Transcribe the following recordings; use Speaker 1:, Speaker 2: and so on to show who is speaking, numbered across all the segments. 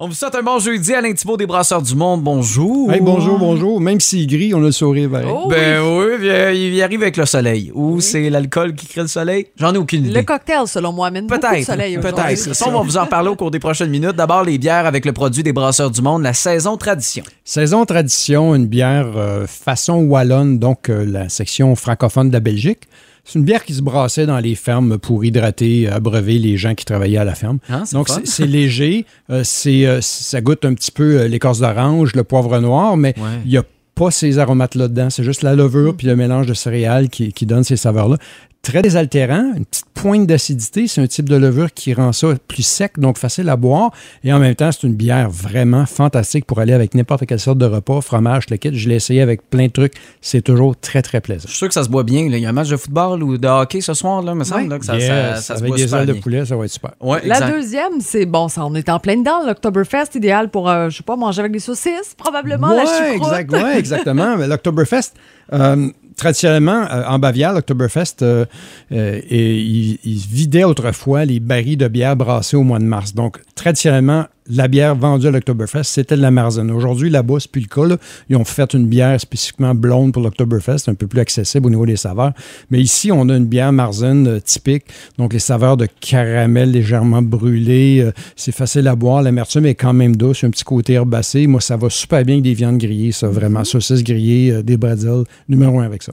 Speaker 1: On vous souhaite un bon jeudi à l'intimo des Brasseurs du Monde. Bonjour.
Speaker 2: Hey, bonjour, bonjour. Même s'il gris, on a le sourire vert.
Speaker 3: Oh,
Speaker 1: Ben oui, bien, il y arrive avec le soleil. Ou c'est l'alcool qui crée le soleil? J'en ai aucune
Speaker 3: Le
Speaker 1: idée.
Speaker 3: cocktail, selon moi, amène beaucoup de
Speaker 1: Peut-être.
Speaker 3: soleil aujourd'hui.
Speaker 1: Peut-être. Ça, on va vous en parler au cours des prochaines minutes. D'abord, les bières avec le produit des Brasseurs du Monde, la saison tradition.
Speaker 2: Saison tradition, une bière euh, façon wallonne, donc euh, la section francophone de la Belgique. C'est une bière qui se brassait dans les fermes pour hydrater, abreuver les gens qui travaillaient à la ferme.
Speaker 1: Hein, c'est
Speaker 2: donc
Speaker 1: le fun.
Speaker 2: c'est c'est léger, euh, c'est euh, ça goûte un petit peu euh, l'écorce d'orange, le poivre noir, mais il
Speaker 1: Ouais.
Speaker 2: n'y a pas ces aromates là dedans. C'est juste la levure puis le mélange de céréales qui, qui donne ces saveurs là. Très désaltérant, une petite pointe d'acidité. C'est un type de levure qui rend ça plus sec, donc facile à boire. Et en même temps, c'est une bière vraiment fantastique pour aller avec n'importe quelle sorte de repas, fromage, le kit. Je l'ai essayé avec plein de trucs. C'est toujours très, très plaisant.
Speaker 1: Je suis sûr que ça se boit bien. là. Il y a un match de football ou de hockey ce soir, là, me semble. là, que ça, ça-
Speaker 2: Yes,
Speaker 1: ça se
Speaker 2: avec
Speaker 1: boit
Speaker 2: des
Speaker 1: super
Speaker 2: ailes de
Speaker 1: bien.
Speaker 2: poulet, ça va être super.
Speaker 1: Ouais,
Speaker 3: La
Speaker 1: exact.
Speaker 3: deuxième, c'est bon, ça, on est en plein dedans. L'Octoberfest, idéal pour, euh, je sais pas, manger avec des saucisses, probablement la
Speaker 2: Ouais,
Speaker 3: choucroute.
Speaker 2: exact- ouais, exactement. Mais L'Octoberfest, euh, traditionnellement, euh, en Bavière, l'Octoberfest, euh, euh, et il, il vidait autrefois les barils de bière brassés au mois de mars. Donc, traditionnellement, la bière vendue à l'Octoberfest, c'était de la Marzen. Aujourd'hui, là-bas, c'est plus le cas. là. Ils ont fait une bière spécifiquement blonde pour l'Octoberfest, un peu plus accessible au niveau des saveurs. Mais ici, on a une bière Marzen euh, typique. Donc, les saveurs de caramel légèrement brûlé. euh, c'est facile à boire. L'amertume est quand même douce. Il y a Un petit côté herbacé. Moi, ça va super bien avec des viandes grillées, ça. Vraiment, saucisses grillées, euh, des bretzels. Numéro un avec ça.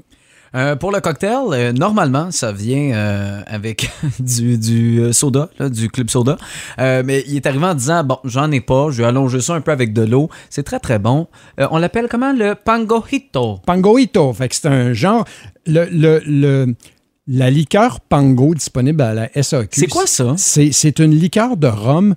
Speaker 1: Euh, pour le cocktail, euh, normalement, ça vient euh, avec du, du, euh, soda, là, du club soda. Euh, mais il est arrivé en disant Bon, j'en ai pas, je vais allonger ça un peu avec de l'eau. C'est très, très bon. Euh, on l'appelle comment Le pangojito.
Speaker 2: Pangoito. Fait que c'est un genre. Le, le- le- la liqueur pango disponible à la SAQ.
Speaker 1: C'est quoi ça? hein?
Speaker 2: C'est, c'est une liqueur de rhum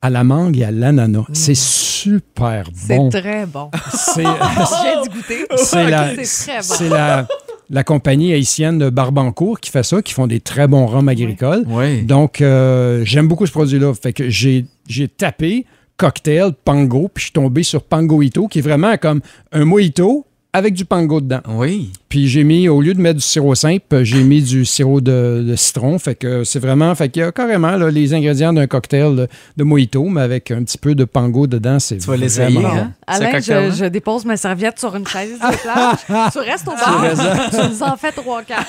Speaker 2: à la mangue et à l'ananas. C'est super
Speaker 3: C'est
Speaker 2: bon.
Speaker 3: très bon.
Speaker 2: C'est-
Speaker 3: J'ai dû goûter.
Speaker 2: C'est la,
Speaker 3: C'est très bon.
Speaker 2: c'est la, la compagnie haïtienne de Barbancourt qui fait ça, qui font des très bons rhums agricoles.
Speaker 1: Oui.
Speaker 2: Donc, euh, j'aime beaucoup ce produit-là. Fait que j'ai j'ai tapé cocktail, pango, puis je suis tombé sur pangoito, qui est vraiment comme un mojito avec du pango dedans.
Speaker 1: Oui.
Speaker 2: Puis j'ai mis, au lieu de mettre du sirop simple, j'ai mis du sirop de, de citron. Fait que c'est vraiment, fait qu'il y a carrément là, les ingrédients d'un cocktail de, de mojito, mais avec un petit peu de pango dedans. C'est
Speaker 1: vas l'essayer,
Speaker 2: vraiment
Speaker 1: hein?
Speaker 2: bon.
Speaker 1: Ce
Speaker 3: Alain,
Speaker 1: cocktail-là.
Speaker 3: je, je dépose ma serviette sur une chaise de plage. tu restes au bar, tu nous en fais trois, quatre.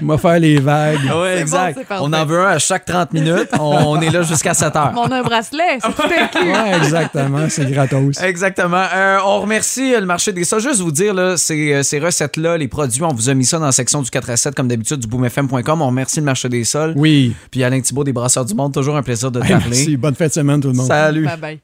Speaker 2: Je m'ai fait les vagues.
Speaker 1: Oui,
Speaker 3: bon,
Speaker 1: Ah exact.
Speaker 3: c'est parfait.
Speaker 1: on en veut un à chaque 30 minutes. On est là jusqu'à 7 heures.
Speaker 3: Mais on a un bracelet, c'est tout inclus.
Speaker 2: Ouais, exactement, c'est gratos.
Speaker 1: Exactement. Euh, on remercie euh, le marché des ça. Juste vous dire, là, ces, euh, ces recettes-là, les produits, on vous a mis ça dans la section du 4 à 7, comme d'habitude, du boomfm.com. On remercie le marché des sols.
Speaker 2: Oui.
Speaker 1: Puis Alain Thibault des Brasseurs du Monde, toujours un plaisir de te
Speaker 2: Hey,
Speaker 1: parler.
Speaker 2: merci. Bonne fête de semaine, tout le monde.
Speaker 1: Salut.
Speaker 3: Bye bye.